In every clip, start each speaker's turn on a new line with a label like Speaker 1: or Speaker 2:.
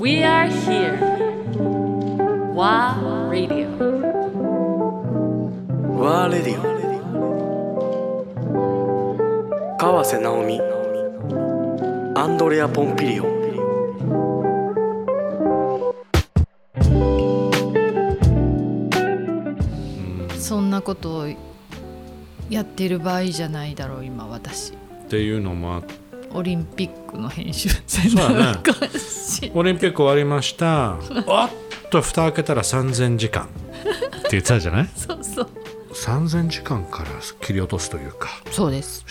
Speaker 1: We are here. WA Radio.
Speaker 2: ワーレディオ川瀬直美アンドレア・ポンピリオ
Speaker 3: そんなことをやってる場合じゃないだろう今私
Speaker 4: っていうのもあっ
Speaker 3: オリンピックの編集全
Speaker 4: そうだね
Speaker 3: おかしい
Speaker 4: オリンピック終わりました。おっと、蓋開けたら3000時間。って言ってたじゃない
Speaker 3: そうそう
Speaker 4: 3000時間から切り落とすというか
Speaker 3: そうです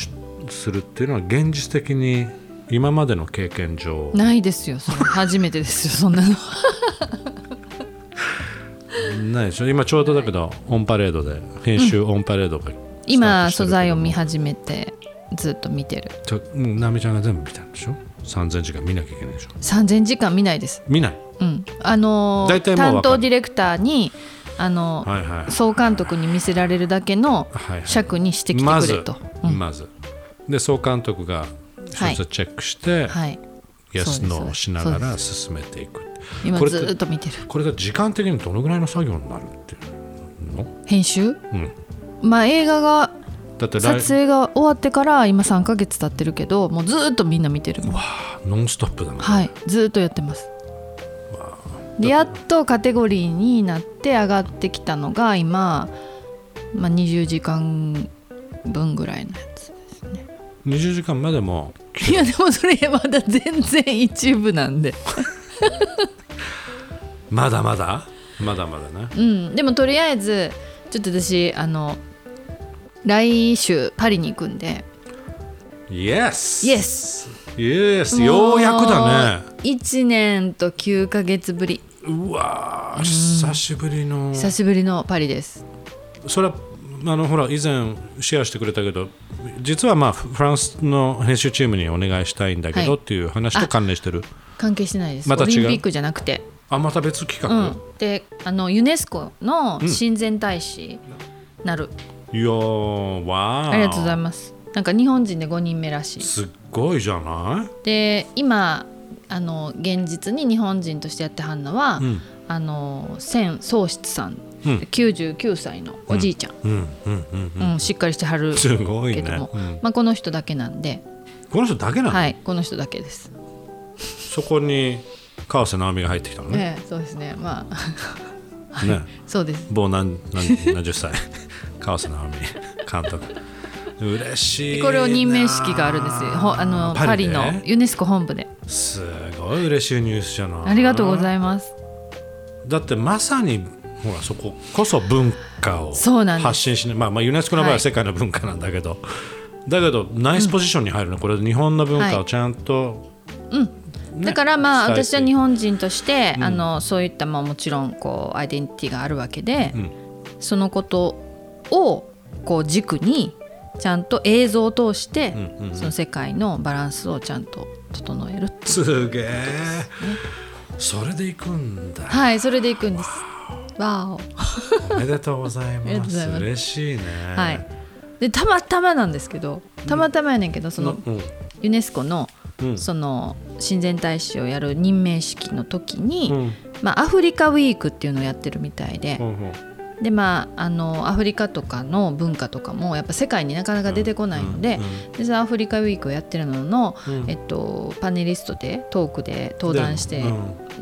Speaker 4: するっていうのは現実的に今までの経験上
Speaker 3: ないですよそれ初めてですよそん なの
Speaker 4: ないでしょ今ちょうどだけどオンパレードで編集オンパレードが
Speaker 3: 今素材を見
Speaker 4: は
Speaker 3: 始めてずっと見てる
Speaker 4: もうなみちゃんが全部見たんでしょ3000時間見なきゃいけないでしょ
Speaker 3: 3000時間見ないです
Speaker 4: 見ない
Speaker 3: うんあのー
Speaker 4: 大体もう
Speaker 3: 担
Speaker 4: わかる
Speaker 3: 当ディレクターにあのー
Speaker 4: はいはいはい
Speaker 3: 総監督に見せられるだけの
Speaker 4: はいはい
Speaker 3: 尺にしてきて
Speaker 4: ま
Speaker 3: くれ
Speaker 4: ず
Speaker 3: と、うん
Speaker 4: まずで総監督が
Speaker 3: はい
Speaker 4: 一つチェックして
Speaker 3: はい
Speaker 4: イエ
Speaker 3: そう
Speaker 4: ス
Speaker 3: です
Speaker 4: ノーをしなが
Speaker 3: そう
Speaker 4: ら
Speaker 3: で
Speaker 4: 進めていく
Speaker 3: 今
Speaker 4: これ
Speaker 3: ずーっと見てる
Speaker 4: これが時間的にどのぐらいの作業になるっていうの
Speaker 3: 編集
Speaker 4: うん
Speaker 3: まあ映画が
Speaker 4: だって
Speaker 3: 撮
Speaker 4: 来
Speaker 3: 影が終わってから今3ヶ月経ってるけどもうずーっとみんな見てるは
Speaker 4: ノンストップだもん
Speaker 3: いずーっとやってますでやっとカテゴリーになって上がってきたのが今、まあ、20時間分ぐらいのやつ
Speaker 4: 20時間までも
Speaker 3: いやでもそれまだ全然一部なんで
Speaker 4: まだまだまだまだね
Speaker 3: うんでもとりあえずちょっと私あの来週パリに行くんで
Speaker 4: イエス
Speaker 3: イエス
Speaker 4: イエスようやくだね
Speaker 3: 1年と9ヶ月ぶり
Speaker 4: うわー久しぶりの
Speaker 3: 久しぶりのパリです
Speaker 4: それはあのほら以前シェアしてくれたけど実はまあフフランスの編集チームにお願いしたいんだけど
Speaker 3: はい
Speaker 4: っていう話と関連してる
Speaker 3: 関係してないです、
Speaker 4: また違う
Speaker 3: オリンピックじゃなくて、
Speaker 4: あまた別企
Speaker 3: う
Speaker 4: 画
Speaker 3: ん、であのユネスコの親善大使なる、
Speaker 4: いやーわー
Speaker 3: ありがとうございますなんか日本人で5人目らしい
Speaker 4: すっごいじゃな
Speaker 3: で今あの現実に日本人としてやってはんのは、
Speaker 4: いうん
Speaker 3: あの千宗室さん、
Speaker 4: うん
Speaker 3: 99歳のおじいちゃん、
Speaker 4: うんうんうん
Speaker 3: うんしっかりしてはる
Speaker 4: すご
Speaker 3: け
Speaker 4: い
Speaker 3: ど
Speaker 4: ね
Speaker 3: も、、
Speaker 4: うん
Speaker 3: まあ、この人だけなんで、
Speaker 4: この人だけなの、
Speaker 3: はい、この人だけです、
Speaker 4: そこに川瀬直美が入ってきたのね
Speaker 3: ええそうですねまあ
Speaker 4: ね
Speaker 3: そうです
Speaker 4: 某何何何十歳 川瀬直美監督嬉しいな
Speaker 3: これを任命式があるんですよほあのパリ
Speaker 4: で
Speaker 3: のユネスコ本部です
Speaker 4: ごい嬉しいニュースじゃない
Speaker 3: ありがとうござ
Speaker 4: い
Speaker 3: います。
Speaker 4: ますだってまさにほらそここそ文化を
Speaker 3: そうなんです
Speaker 4: 発信しない、まあ、まあユネスコの場
Speaker 3: は
Speaker 4: 合はい世界の文化なんだけど、だけどナイスポジションに入るね、これで日本の文化をちゃんと、ね
Speaker 3: だからまあ
Speaker 4: 伝えて
Speaker 3: 私は日本人として、あのそういったまあもちろんこうアイデンティティがあるわけで、
Speaker 4: ん
Speaker 3: そのことをこう軸にちゃんと映像を通して、
Speaker 4: んうんうん
Speaker 3: その世界のバランスをちゃんと整えるっていう
Speaker 4: すげえそれで行くんだ
Speaker 3: はいそれでいくんです。わお
Speaker 4: おめでとうござい
Speaker 3: ありがとう
Speaker 4: ま
Speaker 3: ご
Speaker 4: す
Speaker 3: ざいます
Speaker 4: 嬉しいね
Speaker 3: はい。でたまたまなんですけどたまたまやねんけどその
Speaker 4: うん
Speaker 3: ユネスコの
Speaker 4: うん
Speaker 3: その親善大使をやる任命式の時に、
Speaker 4: うん
Speaker 3: まあ、アフリカウィークっていうのをやってるみたいで。
Speaker 4: うん
Speaker 3: でまあ、あのアフリカとかの文化とかもやっぱ世界になかなか出てこないので,、
Speaker 4: うん
Speaker 3: でそのアフリカウィークをやってるのの、
Speaker 4: うん
Speaker 3: えっと、パネリストでトークで登壇して
Speaker 4: で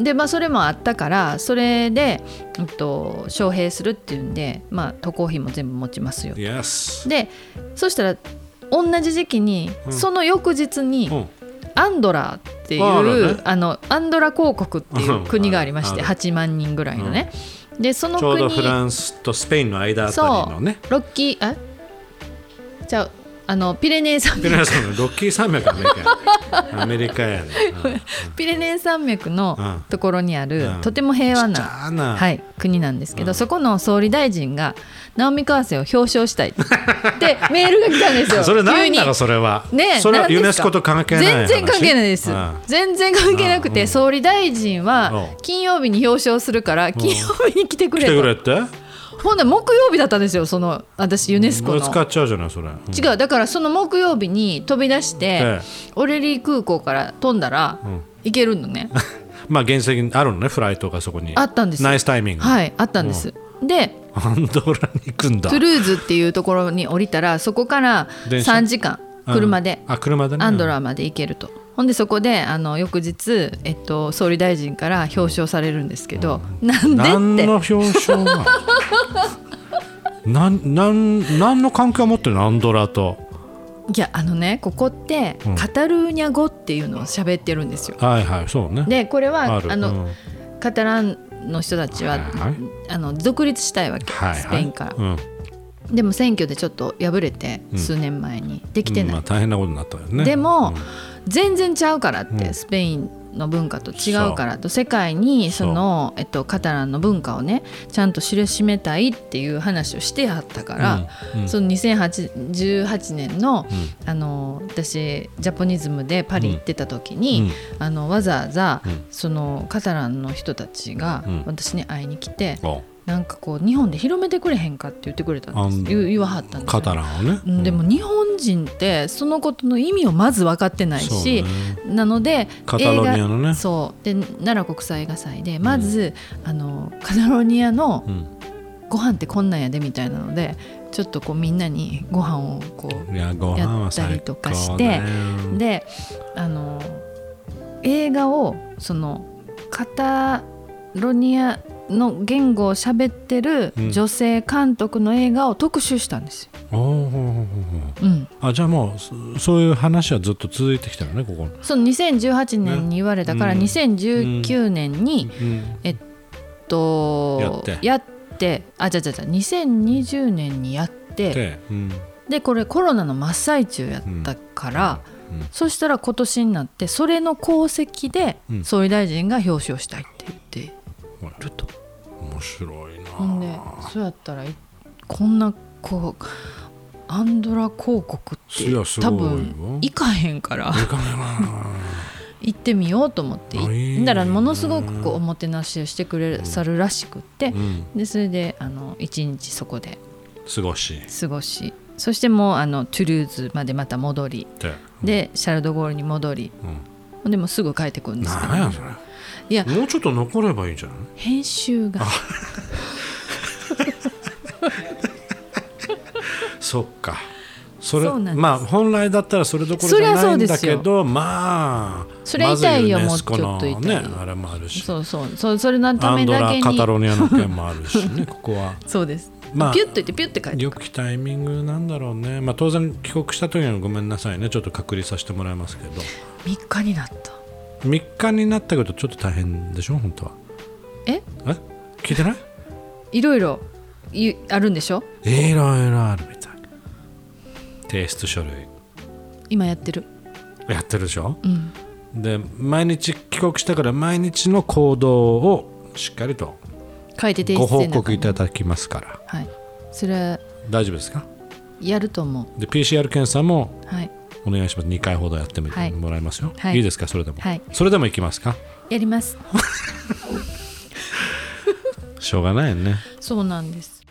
Speaker 3: で、
Speaker 4: うん
Speaker 3: まあ、それもあったからそれで、えっと、招聘するっていうんで、まあ、渡航費も全部持ちますよ
Speaker 4: Yes
Speaker 3: でそしたら同じ時期に、
Speaker 4: うん
Speaker 3: その翌日に、
Speaker 4: うん
Speaker 3: アンドラっていう
Speaker 4: ああ
Speaker 3: あ
Speaker 4: るね
Speaker 3: のアンドラ公国っていう国がありまし
Speaker 4: うん
Speaker 3: て
Speaker 4: ある
Speaker 3: 8万人ぐらいのね、でその
Speaker 4: ちょう
Speaker 3: 国
Speaker 4: どフランスとスペインの間あたりのね
Speaker 3: ロッキーあじゃああのピレネー山
Speaker 4: で
Speaker 3: 脈
Speaker 4: 皆さんのロッキー山脈アメリ カやアメリカやね
Speaker 3: ピレネー山脈
Speaker 4: うん
Speaker 3: のところにある、
Speaker 4: うん
Speaker 3: とても平和
Speaker 4: ちっち
Speaker 3: な、
Speaker 4: ゃな
Speaker 3: はい、国なんですけど、
Speaker 4: うん
Speaker 3: そこの総理大臣がナオミ・カーセンを表彰 したいってでメールが来たんですよ
Speaker 4: それ何な
Speaker 3: 急
Speaker 4: の
Speaker 3: に
Speaker 4: それは
Speaker 3: ねえ
Speaker 4: それは
Speaker 3: 何ですか
Speaker 4: ユネスコと関係ない
Speaker 3: 全
Speaker 4: 話
Speaker 3: 然関係ないです、
Speaker 4: うん
Speaker 3: 全然関係なくて、
Speaker 4: うん
Speaker 3: 総理大臣は
Speaker 4: うん
Speaker 3: 金曜日に表彰するから金曜日に来てくれ
Speaker 4: 来て
Speaker 3: と、
Speaker 4: くれって
Speaker 3: ほんで木曜日だったんですよその私ユネスコの
Speaker 4: 使っちゃうじゃないそれ、うん
Speaker 3: 違うだからその木曜日に飛び出して
Speaker 4: ええ
Speaker 3: オレリー空港から飛んだら行けるのね
Speaker 4: まあ原石にあるのねフライトがそこに
Speaker 3: あったんですよ
Speaker 4: ナイスタイミング
Speaker 3: はいあったんですで
Speaker 4: アンドラに行くんだ
Speaker 3: トゥルーズっていうところに降りたらそこから
Speaker 4: 電車
Speaker 3: 3時間車で
Speaker 4: うんあ車でね
Speaker 3: アンドラまで行けると、ほんでそこであの翌日、えっと、総理大臣から表彰されるんですけど、な
Speaker 4: 何
Speaker 3: んでっ
Speaker 4: の
Speaker 3: て
Speaker 4: 表彰なの なんなん何の関係を持ってるのアンドラと
Speaker 3: いやあのねここって
Speaker 4: ん
Speaker 3: カタルーニャ語っていうのを喋ってるんですよ。
Speaker 4: はいはいそうね
Speaker 3: でこれは
Speaker 4: あ
Speaker 3: あ
Speaker 4: る
Speaker 3: の、
Speaker 4: うん
Speaker 3: カタランの人たちは、
Speaker 4: はいはい
Speaker 3: あの独立したいわけ、
Speaker 4: はいはい
Speaker 3: スペインから、
Speaker 4: うん
Speaker 3: でも選挙でちょっと敗れて、数年前にできて
Speaker 4: うん
Speaker 3: ない、
Speaker 4: まあ、大変なことになったよね
Speaker 3: でも、
Speaker 4: うん
Speaker 3: 全然ちゃうからって、
Speaker 4: うん
Speaker 3: スペインの文化と違うからと世界にそのえっと、カタランの文化をねちゃんと知らしめたいっていう話をしてはったから、
Speaker 4: うんうん
Speaker 3: その2018年の,、
Speaker 4: う
Speaker 3: あの私ジャポニズムでパリ行ってた時に、あのわざわざ、
Speaker 4: ん
Speaker 3: そのカタランの人たちが
Speaker 4: うん
Speaker 3: 私に会いに来て、
Speaker 4: お
Speaker 3: なんかこう日本で広めてくれへんかって言ってくれたんです
Speaker 4: あん
Speaker 3: 言う言わはったんですよ
Speaker 4: カタランをね、
Speaker 3: うんでも日本人ってそのことの意味をまず分かってないし、なので
Speaker 4: カタロニアのね
Speaker 3: 映画そうで奈良国際映画祭でまず、あのカタロニアの
Speaker 4: うん
Speaker 3: ご飯ってこんなんやでみたいなのでちょっとこうみんなにご飯をこ
Speaker 4: いやご飯
Speaker 3: や
Speaker 4: は
Speaker 3: ったり
Speaker 4: 最
Speaker 3: とかし
Speaker 4: 高
Speaker 3: て
Speaker 4: ね
Speaker 3: うであの映画をそのカタロニアの言語を喋ってる女性監督の映画を特集したんですよ。
Speaker 4: おーほうほうほうほう
Speaker 3: うん
Speaker 4: あじゃあもうそそういう話はずっと続いてきたのねここ、
Speaker 3: その2018年に言われたから、
Speaker 4: うん
Speaker 3: 2019年に、
Speaker 4: うん、
Speaker 3: えっと
Speaker 4: やって
Speaker 3: ってあじゃじゃじゃ2020年にやって
Speaker 4: で、うん
Speaker 3: でこれコロナの真っ最中やったから、
Speaker 4: うんうん
Speaker 3: そしたら今年になってそれの功績で
Speaker 4: うん
Speaker 3: 総理大臣が表彰したいって言って
Speaker 4: ほら
Speaker 3: ると、
Speaker 4: 面白いな
Speaker 3: ほんでそうやったらいこんなこうアンドラ広告
Speaker 4: いやす
Speaker 3: って
Speaker 4: ごい
Speaker 3: 多
Speaker 4: よ
Speaker 3: 分行かへんから。
Speaker 4: いいかもな
Speaker 3: 行ってみようと思って
Speaker 4: あいい
Speaker 3: 行
Speaker 4: ね
Speaker 3: ったらものすごくこうおもてなしをしてくれさるらしくって
Speaker 4: うん
Speaker 3: でそれであの一日そこです
Speaker 4: ごしっ
Speaker 3: 過ごしそしてもうあのトゥルーズまでまた戻り
Speaker 4: て、
Speaker 3: でシャルドゴールに戻り
Speaker 4: うん、
Speaker 3: でもうすぐ帰ってくるんですけど
Speaker 4: なんやそれ
Speaker 3: いや
Speaker 4: もうちょっと残ればいいんじゃない
Speaker 3: 編集が
Speaker 4: そっかそれ
Speaker 3: そうなんです
Speaker 4: まあ本来だったらそれどころじゃ
Speaker 3: そりゃ
Speaker 4: な
Speaker 3: そ
Speaker 4: いう
Speaker 3: で
Speaker 4: んだ
Speaker 3: すよ
Speaker 4: けどまあ
Speaker 3: それ痛いよ
Speaker 4: まずユネスコの
Speaker 3: もうちょっと痛い
Speaker 4: ねあれもある し
Speaker 3: そうそうそうそれのた
Speaker 4: ア
Speaker 3: め
Speaker 4: ンド
Speaker 3: だ
Speaker 4: ラ
Speaker 3: け
Speaker 4: カタロ
Speaker 3: に
Speaker 4: ニアの件もあるしねここは
Speaker 3: そうです
Speaker 4: まあ
Speaker 3: ピュッといってピュッて帰って
Speaker 4: 良きタイミングなんだろうねまあ当然帰国した時にはごめんなさいねちょっと隔離させてもらいますけど
Speaker 3: 3日になった
Speaker 4: 3日になったけどちょっと大変でしょ本当は
Speaker 3: え
Speaker 4: え聞いてない
Speaker 3: いろいろいあるんでしょ
Speaker 4: いろいろあるみたい提出書類
Speaker 3: 今やってる
Speaker 4: やってるでしょ
Speaker 3: うん
Speaker 4: で毎日帰国したから毎日の行動をしっかりと
Speaker 3: 書いて提出
Speaker 4: ご
Speaker 3: せ
Speaker 4: 報
Speaker 3: なあか
Speaker 4: 告
Speaker 3: ん
Speaker 4: いただきますから
Speaker 3: はいそれは
Speaker 4: 大丈夫ですか
Speaker 3: やると思う
Speaker 4: で PCR 検査も
Speaker 3: はい、
Speaker 4: お願いします2回ほどやってみ
Speaker 3: はい
Speaker 4: てもらいますよ、
Speaker 3: はい
Speaker 4: い、いですかそれでも、
Speaker 3: はい
Speaker 4: それでも行きますか
Speaker 3: やり ます。
Speaker 4: しょうがないよね
Speaker 3: そうなんです。